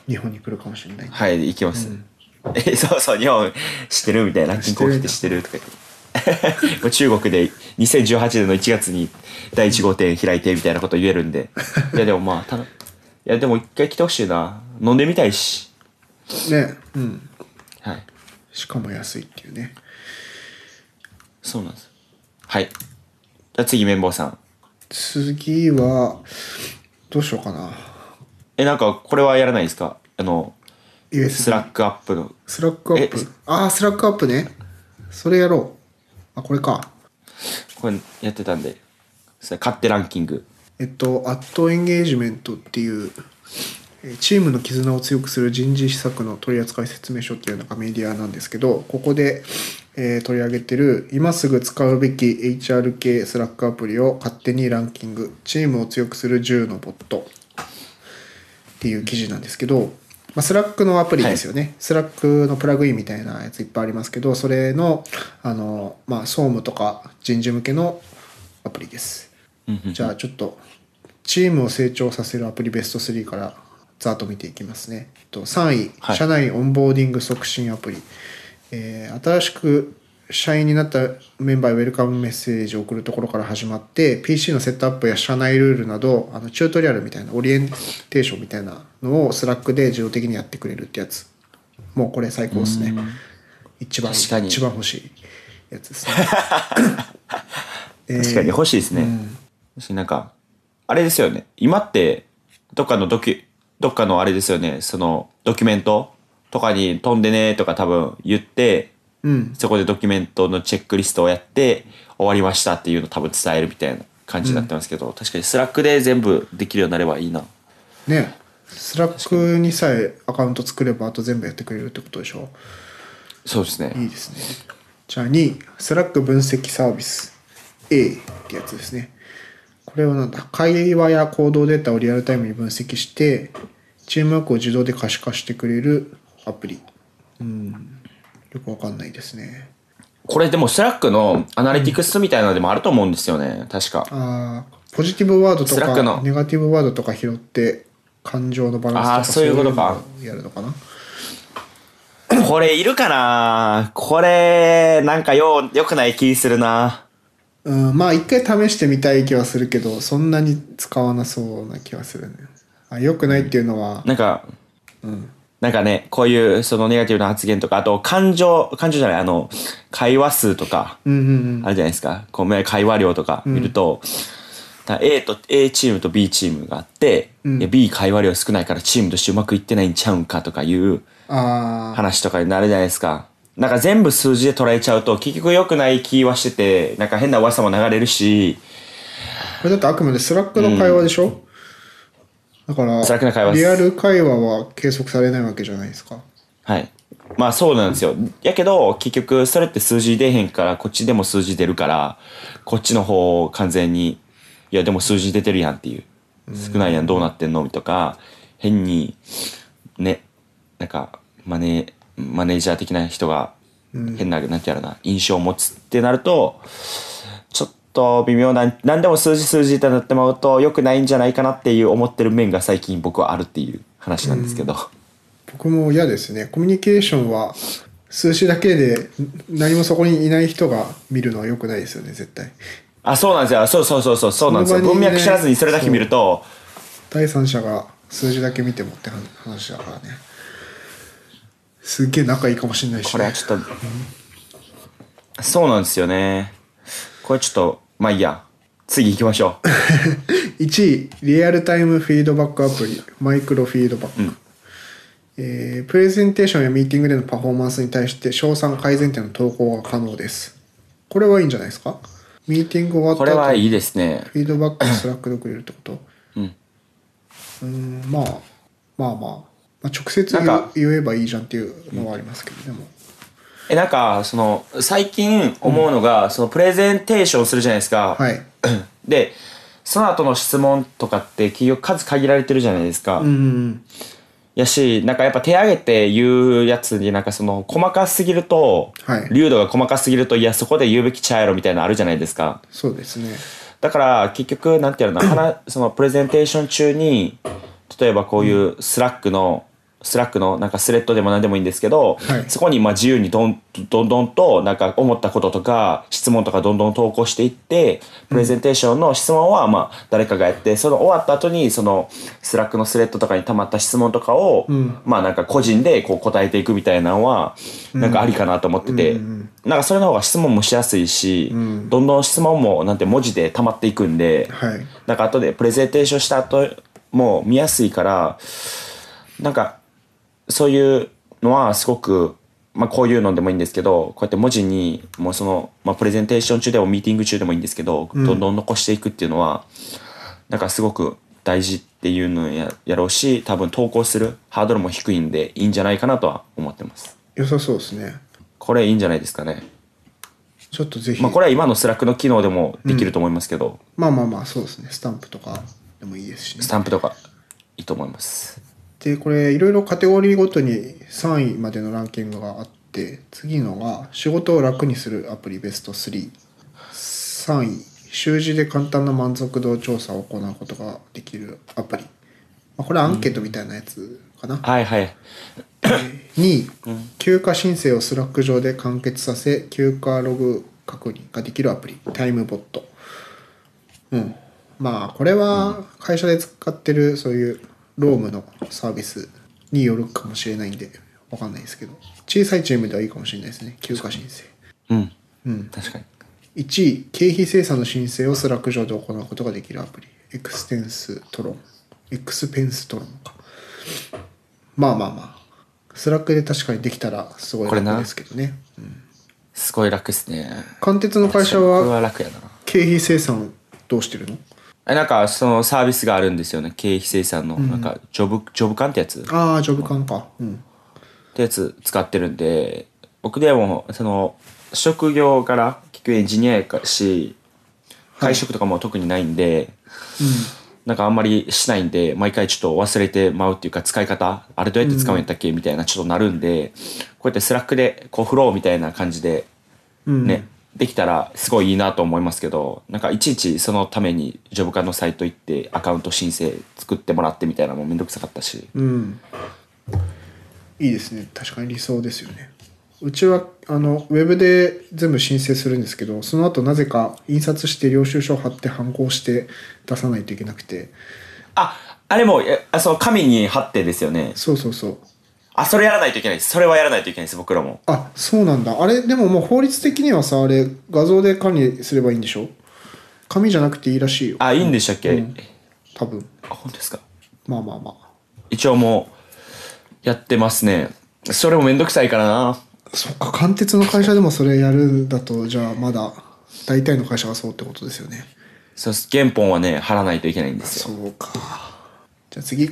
B: 日本に来るかもしれない
A: はい行きます、えそうそう日本知ってるみたいなラッキンコーヒーって知ってるとか言って これ中国で2018年の1月に第1号店開いてみたいなこと言えるんでいやでもまあたいやでも一回来てほしいな飲んでみたいし
B: ねうん
A: はい
B: しかも安いっていうね
A: そうなんですはいじゃあ次綿棒さん
B: 次はどうしようかな
A: えなんかこれはやらないですかあの
B: USB
A: スラックアップの
B: スラックアップ
A: え
B: ああスラックアップねそれやろうあこれか
A: これやってたんでそれ勝手ランキング
B: えっと、アットエンゲージメントっていう、えーチームの絆を強くする人事施策の取扱説明書っていうのがメディアなんですけど、ここで、えー取り上げてる、今すぐ使うべき HR 系スラックアプリを勝手にランキング、チームを強くする10のボットっていう記事なんですけど、まあ、スラックのアプリですよね。スラックのプラグインみたいなやついっぱいありますけど、それの、あの、まあ、総務とか人事向けのアプリです。じゃあちょっとチームを成長させるアプリベスト3からざっと見ていきますね。えっと3位、
A: はい
B: 社内オンボーディング促進アプリ、えー新しく社員になったメンバーへウェルカムメッセージを送るところから始まって PC のセットアップや社内ルールなどあのチュートリアルみたいなオリエンテーションみたいなのをスラックで自動的にやってくれるってやつもうこれ最高ですね一番
A: 確かに
B: 一番欲しいやつですねえー
A: 確かに欲しいですね。確かになんか、あれですよね。今って、どっかのドキュ、どっかのあれですよね。その、ドキュメントとかに飛んでねとか多分言って、
B: うん
A: そこでドキュメントのチェックリストをやって、終わりましたっていうのを多分伝えるみたいな感じになってますけど、確かにスラックで全部できるようになればいいな。
B: ねスラックにさえアカウント作ればあと全部やってくれるってことでしょ
A: そうですね。
B: いいですねじゃあ2位スラック分析サービス A ってやつですねこれはなんだ会話や行動データをリアルタイムに分析してチームワークを自動で可視化してくれるアプリうんよくわかんないですね
A: これでもスラックのアナリティクスみたいなのでもあると思うんですよね。確か。
B: あーポジティブワードと
A: スラック
B: か
A: の
B: ネガティブワードとか拾って感情のバランスと
A: あ
B: か
A: ーそういうことか
B: そういうのをやるのかな
A: これいるかなこれ、なんかよう、良くない気するな。
B: うん、まあ一回試してみたい気はするけどそんなに使わなそうな気はするねあ良くないっていうのは、
A: なんか、なんかね、こういうそのネガティブな発言とか、あと感情、感情じゃない、あの、会話数とか、
B: うん、うんうん
A: あるじゃないですか。こう、会話量とか見ると、だ A と、A チームと B チームがあって、いや B 会話量少ないからチームとしてうまくいってないんちゃうんかとかいう
B: ああ
A: 話とかになるじゃないですか。なんか全部数字で捉えちゃうと、結局良くない気はしてて、なんか変な噂も流れるし、
B: これだってあくまでスラックの会話でしょ、だから
A: スラックの会話です
B: リアル会話は計測されないわけじゃないですか
A: はい。まあそうなんですよ。やけど、結局、それって数字出へんから、こっちでも数字出るから、こっちの方を完全に、いやでも数字出てるやんっていう。少ないやん、どうなってんのとか、変に、ね、なんか、マネ、マネージャー的な人が、変な、なんてやろな、印象を持つってなると、ちょっと微妙な、なんでも数字数字ってなってまうと、良くないんじゃないかなっていう思ってる面が最近僕はあるっていう話なんですけど。
B: 僕も嫌ですねコミュニケーションは数字だけで何もそこにいない人が見るのは良くないですよね絶対
A: あ、そうなんですよ。そうそうそうそう、そうなんですよ。
B: その場
A: 文
B: にね
A: 脈知らずにそれだけ見ると、
B: 第三者が数字だけ見てもって話だからねすっげえ仲いいかもしれないし、
A: これは
B: ね、
A: ちょっと、そうなんですよね。これちょっと、まあいいや。次行きましょう。
B: 1位リアルタイムフィードバックアプリマイクロフィードバック、えープレゼンテーションやミーティングでのパフォーマンスに対して賞賛改善点の投稿が可能ですこれはいいんじゃないですかミーティング終わった
A: こ
B: 後
A: れはいいですね。
B: フィードバックにスラックで送れるってこと
A: うん
B: うーんまあまあまあ、まあ、直接言う
A: なんか
B: 言えばいいじゃんっていうのはありますけどでも
A: え、なんか、その、最近思うのが、その、プレゼンテーションするじゃないですか。
B: はい
A: で、その後の質問とかって、企業数限られてるじゃないですか。
B: うん
A: やし、なんかやっぱ手上げて言うやつになんかその、細かすぎると、
B: はい
A: 流度が細かすぎると、いや、そこで言うべきちゃうやろみたいなのあるじゃないですか。
B: そうですね
A: だから結局なんていうの かな話そのプレゼンテーション中に例えばこういうスラックの、スラックのなんかスレッドでも何でもいいんですけど、
B: はい
A: そこにまあ自由にどんどんどんとなんか思ったこととか質問とかどんどん投稿していってプレゼンテーションの質問はまあ誰かがやってその終わった後にそのスラックのスレッドとかに溜まった質問とかを、
B: ん
A: まあなんか個人でこう答えていくみたいなのはなんかありかなと思ってて、なんかそれの方が質問もしやすいし、
B: ん
A: どんどん質問もなんて文字で溜まっていくんで、
B: はい
A: なんか後でプレゼンテーションした後も見やすいから、なんかそういうのはすごく、まあこういうのでもいいんですけど、こうやって文字にもうその、まあプレゼンテーション中でもミーティング中でもいいんですけど、どんどん残していくっていうのは、なんかすごく大事っていうのややろうし、多分投稿するハードルも低いんでいいんじゃないかなとは思ってます。
B: 良さそうですね
A: これいいんじゃないですかね。
B: ちょっとぜひ、
A: まあこれは今のスラックの機能でもできると思いますけど、
B: まあまあまあそうですねスタンプとかでもいいですしね
A: スタンプとかいいと思います。
B: でこれいろいろカテゴリーごとに3位までのランキングがあって次のが仕事を楽にするアプリベスト33位習字で簡単な満足度調査を行うことができるアプリ、まあ、これはアンケートみたいなやつかな、
A: はいはい。
B: 2位休暇申請をスラック上で完結させ休暇ログ確認ができるアプリタイムボットうんまあこれは会社で使ってるそういうロームのサービスによるかもしれないんでわかんないですけど小さいチームではいいかもしれないですね休暇申請
A: うん。
B: うん
A: 確かに。
B: 1位経費精査の申請をスラック上で行うことができるアプリエクステンストロンエクスペンストロンかまあまあまあスラックで確かにできたらすごい
A: これな
B: 楽ですけどねうん
A: すごい楽ですね。
B: 貫徹の会社
A: これは
B: は
A: 楽やな。
B: 経費精算をどうしてるの
A: え、なんか、そのサービスがあるんですよね。経費生産の、なんか、ジョブ、ジョブ感ってやつっ
B: ああジョブ感かうん
A: てやつ使ってるんで、僕でも、その、職業から、結局エンジニアやからし、会食とかも特にないんで、なんかあんまりしないんで、毎回ちょっと忘れてまうっていうか、使い方、あれどうやって使うんやったっけみたいな、ちょっとなるんで、こうやってスラックで、こう、フローみたいな感じで、
B: うん
A: ね、できたらすごいいいなと思いますけど、なんかいちいちそのためにジョブカのサイト行ってアカウント申請作ってもらってみたいなのもめんどくさかったし。
B: うんいいですね確かに理想ですよねうちはあのウェブで全部申請するんですけどその後なぜか印刷して領収書を貼って反抗して出さないといけなくて
A: あ、あれも、えあその紙に貼ってですよね。
B: そうそうそう
A: あ、それやらないといけないです。それはやらないといけないです、僕らも。
B: あそうなんだあれでももう法律的にはさあれ画像で管理すればいいんでしょ紙じゃなくていいらしいよ
A: あ、いいんでしたっけ、
B: 多分
A: あ、本当ですか
B: まあまあまあ
A: 一応もう、やってますね。それもめんどくさいからな。
B: そっか貫徹の会社でもそれやるんだとじゃあまだ大体の会社はそうってことですよね
A: そうです。原本はね、貼らないといけないんですよ。
B: そうかじゃあ次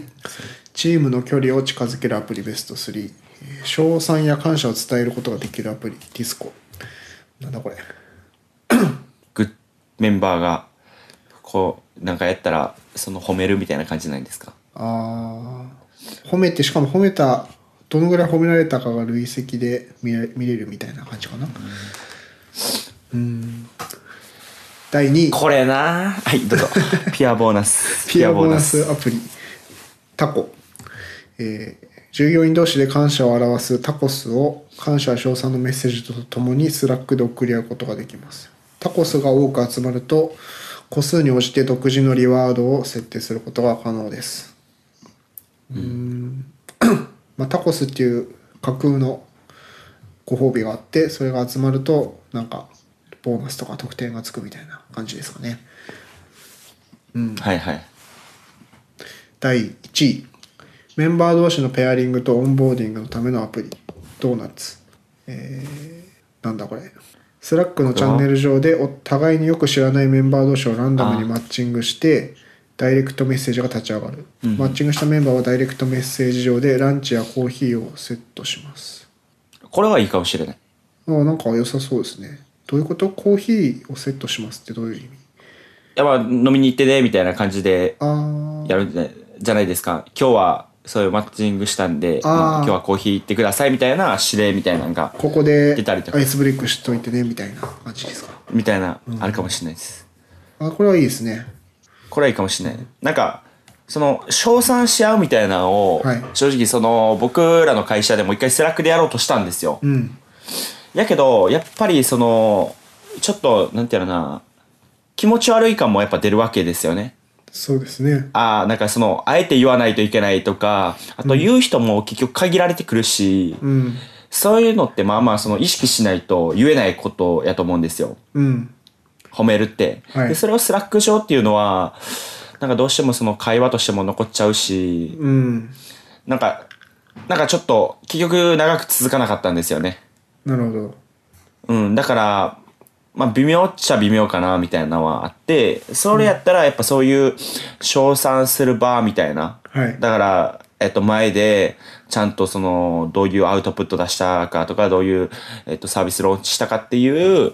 B: チームの距離を近づけるアプリベスト3えー称賛や感謝を伝えることができるアプリディスコなんだこれ
A: グッメンバーが、こう、なんかやったら、その褒めるみたいな感じじゃないですか。
B: ああ褒めてしかも褒めたどのぐらい褒められたかが累積で見れ見れるみたいな感じかなうん第2位
A: これなはいどうぞ ピアボーナス
B: ピアボーナスアプリタコ、えー従業員同士で感謝を表すタコスを感謝や称賛のメッセージとともにスラックで送り合うことができますタコスが多く集まると個数に応じて独自のリワードを設定することが可能ですまあ、タコスっていう架空のご褒美があってそれが集まるとなんかボーナスとか得点がつくみたいな感じですかね
A: はいはい
B: 第1位メンバー同士のペアリングとオンボーディングのためのアプリドーナツえー、なんだこれスラックのチャンネル上でお互いによく知らないメンバー同士をランダムにマッチングしてダイレクトメッセージが立ち上がる、マッチングしたメンバーはダイレクトメッセージ上でランチやコーヒーをセットします
A: これはいいかもしれない
B: あなんか良さそうですねどういうことコーヒーをセットしますってどういう意味
A: やっぱ飲みに行ってねみたいな感じで
B: あー
A: やるんじゃないじゃないですか今日はそういうマッチングしたんで
B: あー
A: まあ今日はコーヒー行ってくださいみたいな指令みたいなのが
B: ここで
A: 出たりとか
B: アイスブレイクしといてねみたいな感じですか
A: みたいなあるかもしれないです、
B: あこれはいいですね
A: これはいいかもしれないなんかその称賛し合うみたいなのを、
B: はい
A: 正直その僕らの会社でも一回スラックでやろうとしたんですよ、
B: うん
A: やけどやっぱりそのちょっとなんていうのかな気持ち悪い感もやっぱ出るわけですよね
B: そうですね
A: ああなんかそのあえて言わないといけないとかあと言う人も結局限られてくるし、
B: うん
A: そういうのってまあまあその意識しないと言えないことやと思うんですよ
B: うん
A: 褒めるって、
B: はい
A: でそれをスラック上っていうのはなんかどうしてもその会話としても残っちゃうし
B: うん
A: なんかなんかちょっと結局長く続かなかったんですよね
B: なるほど
A: うん、だから、まあ、微妙っちゃ微妙かなみたいなのはあってそれやったらやっぱそういう称賛する場みたいな
B: はい
A: だから、えっと、前でちゃんとそのどういうアウトプット出したかとかどういう、えっと、サービスローンチしたかっていう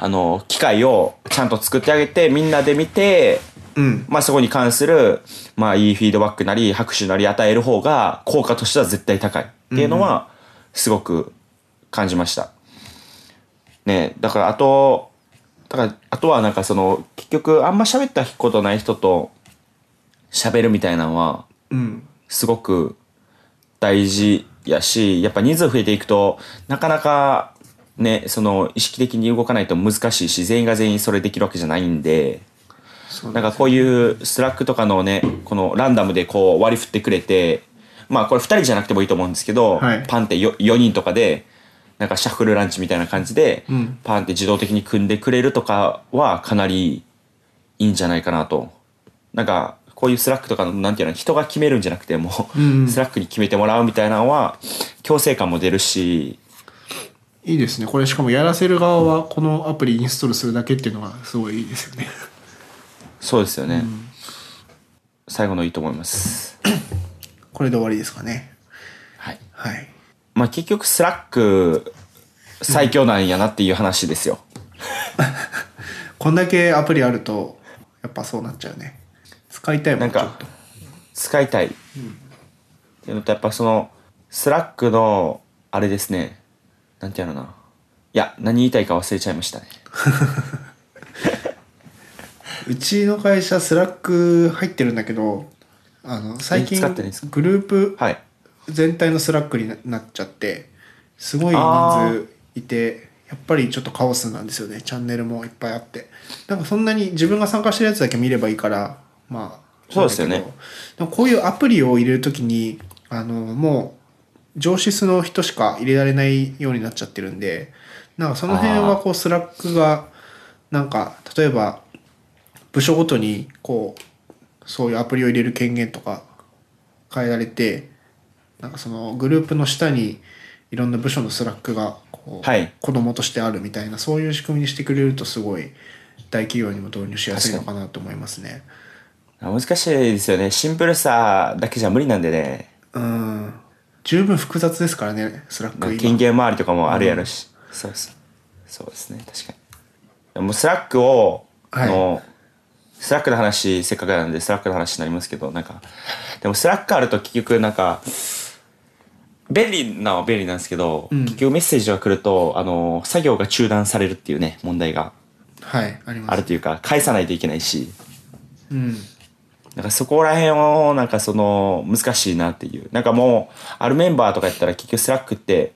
A: あの機会をちゃんと作ってあげてみんなで見て、
B: うん
A: まあ、そこに関する、まあ、いいフィードバックなり拍手なり与える方が効果としては絶対高いっていうのはすごく感じました。ねだからあとだからあとはなんかその結局あんま喋ったことない人と喋るみたいなのは
B: うん
A: すごく大事やしやっぱ人数増えていくとなかなかねその意識的に動かないと難しいし全員が全員それできるわけじゃないんで
B: そう
A: なん
B: か
A: かこういうスラックとかのねこのランダムでこう割り振ってくれてまあこれ2人じゃなくてもいいと思うんですけど、
B: はい
A: パンって 4, 人とかでなんかシャッフルランチみたいな感じで、
B: ん
A: パンって自動的に組んでくれるとかはかなりいいんじゃないかなとなんかこういうスラックとかのなんていうの人が決めるんじゃなくてもう、
B: ん
A: スラックに決めてもらうみたいなのは強制感も出るし
B: いいですねこれしかもやらせる側はこのアプリインストールするだけっていうのがすごいいいですよね
A: そうですよね、最後のいいと思います。
B: これで終わりですかね
A: はい
B: はい
A: まあ結局スラック最強なんやなっていう話ですよ。
B: こんだけアプリあるとやっぱそうなっちゃうね使いたいも
A: なんん
B: ちょ
A: か
B: っと
A: 使いたい。っていうのとやっぱそのスラックのあれですね。なんていうのかな。いや何言いたいか忘れちゃいましたね。
B: うちの会社スラック入ってるんだけどあの最近
A: 使ってないんですか
B: グループ
A: はい。
B: 全体のスラックにななっちゃってすごい人数いてやっぱりちょっとカオスなんですよねチャンネルもいっぱいあってなんかそんなに自分が参加してるやつだけ見ればいいからまあ
A: そうですよね
B: なんだけどでもこういうアプリを入れるときにあのもう上質の人しか入れられないようになっちゃってるんでなんかその辺はこうスラックがなんか例えば部署ごとにこうそういうアプリを入れる権限とか変えられてなんかそのグループの下にいろんな部署のスラックがこう、
A: はい
B: 子供としてあるみたいなそういう仕組みにしてくれるとすごい大企業にも導入しやすいのかなと思いますね。
A: 難しいですよね。シンプルさだけじゃ無理なんでね。
B: うん十分複雑ですからねスラッ
A: まあ
B: ク
A: 権
B: 今
A: 限周りとかもあるやろし、そうそうそうですね確かにでもスラックを、
B: はい
A: あのスラックの話、せっかくなんで、スラックの話になりますけど、なんか、でもスラックあると結局、なんか、便利なのは便利なんですけど、結局メッセージが来ると、あの、作業が中断されるっていうね、問題が
B: はいありま
A: あ
B: す
A: るというか、返さないといけないし、
B: うん
A: なんかそこら辺をなんかその難しいなっていう。なんかもう、あるメンバーとかやったら結局スラックって、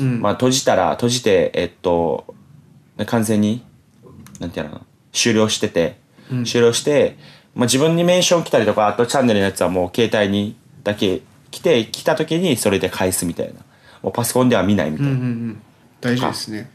B: うん
A: まあ閉じたら、閉じて、えっと、完全に、なんていうのかな、終了してて、終了して、まあ自分にメンション来たりとか、あとチャンネルのやつはもう携帯にだけ来て、来た時にそれで返すみたいな。もうパソコンでは見ないみたいな。
B: うんうん大事ですね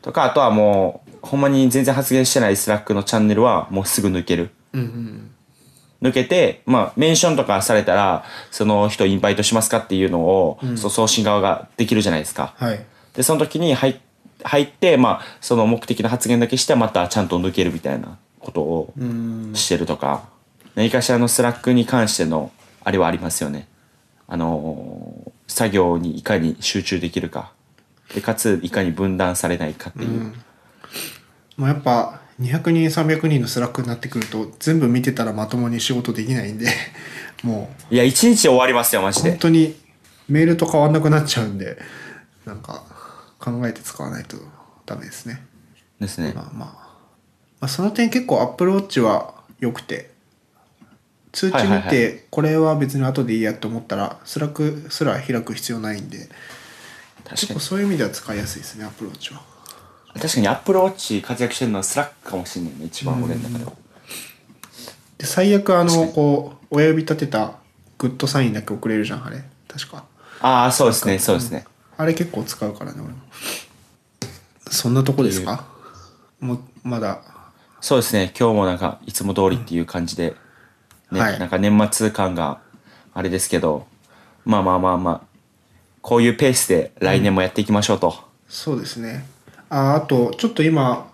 A: とか、あとはもう、ほんまに全然発言してないスラックのチャンネルはもうすぐ抜ける。抜けて、まあ、メンションとかされたら、その人インバイトしますかっていうのを、そう送信側ができるじゃないですか。
B: はい
A: で、その時に入っ入って、まあ、その目的の発言だけして、またちゃんと抜けるみたいなことをしてるとか、何かしらのスラックに関しての、あれはありますよね。あのー作業にいかに集中できるか。で、かつ、いかに分断されないかっていう。
B: まあやっぱ200人300人のスラックになってくると全部見てたらまともに仕事できないんで も
A: いや、一日終わりますよ、マジ
B: う本
A: で。
B: 当にメールと変わんなくなっちゃうんでなんか考えて使わないとダメですね
A: ですね。
B: まあまあ、まあ、その点結構 Apple Watch は良くて通知
A: は
B: 見
A: いはい
B: てこれは別に後でいいやと思ったらスラックすら開く必要ないんで
A: 確
B: 結
A: かに。
B: 構そういう意味では使いやすいですね Apple Watch は
A: 確かに Apple Watch 活躍してるのはスラックかもしれないね、一番俺の中では。
B: で最悪あのこう親指立てたグッドサインだけ送れるじゃんあれ確か
A: ああ、そうですね、そうですね。
B: あれ結構使うからね俺もそんなとこですかもうまだ
A: そうですね、今日もなんか、いつも通りっていう感じで、ね、
B: はい
A: なんか年末感があれですけど、まあまあまあまあ、こういうペースで来年もやっていきましょうと。
B: そうですねああとちょっと今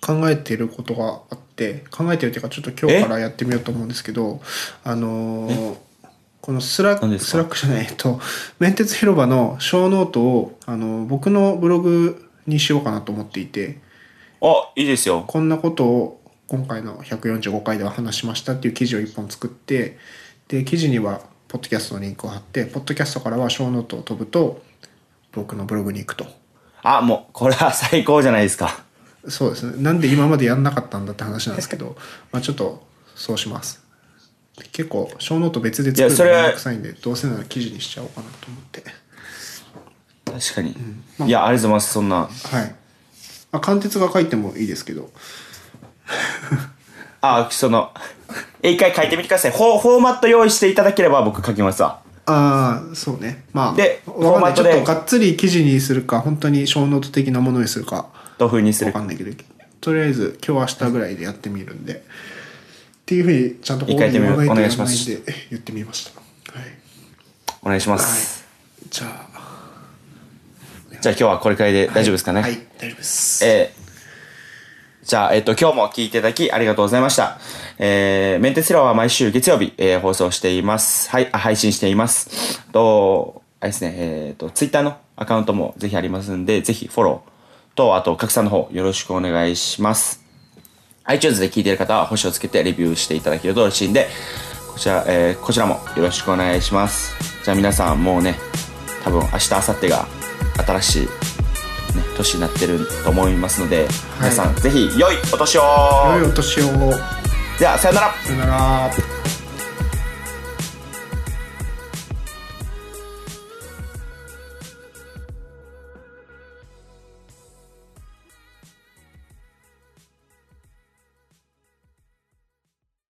B: 考えてることがあって考えてるっていうかちょっと今日からやってみようと思うんですけどあのーこのスラッ
A: 何で
B: ク
A: すか
B: スラックじゃないえっと面鉄広場の小ノートをあの僕のブログにしようかなと思っていて
A: あ、いいですよ。
B: こんなことを今回の145回では話しましたっていう記事を1本作ってで記事にはポッドキャストのリンクを貼ってポッドキャストからは小ノートを飛ぶと僕のブログに行くと
A: あ、もう、これは最高じゃないですか。
B: そうですねなんで今までやんなかったんだって話なんです けどまあちょっとそうします結構小ノート別で作
A: いやそ
B: る
A: れ
B: の
A: は
B: めんどくさいんでどうせなら記事にしちゃおうかなと思って
A: 確かに。いや、ありがとうございます、そんな。
B: はいあ貫徹が書いてもいいですけど
A: あ、その、え一回書いてみてください。フォーフォーマット用意していただければ僕書きますわ。
B: ああそうねまあ
A: で
B: わかんない
A: フォーマット
B: ちょっ
A: で
B: とがっつり記事にするか本当に小ノート的なものにするか
A: どういう風にす
B: わ
A: る
B: か
A: か。
B: んないけどとりあえず今日明日ぐらいでやってみるんでっていうふうにちゃんと
A: 一回やってみよう
B: ここに言わな
A: お願いします
B: とやらないんで言ってみましたはい
A: お願いします。
B: じゃあ
A: じゃあ今日はこれくらいで大丈夫ですかね。
B: はい大丈夫です
A: えーじゃあ、えっと、今日も聞いていただきありがとうございました。えー、メンテスラは毎週月曜日、えー放送しています。はい、あ配信しています。と、あれですね、えっ、と、ツイッターのアカウントもぜひありますんで、ぜひフォローと、あと、拡散の方よろしくお願いします。iTunes で聞いている方は星をつけてレビューしていただけると嬉しいんで、こちら、えーこちらもよろしくお願いします。じゃあ皆さんもうね、多分明日、明後日が新しい、ね、年になってると思いますので、皆さんぜひ良いお年を
B: 良いお年を
A: では、さよなら
B: さよなら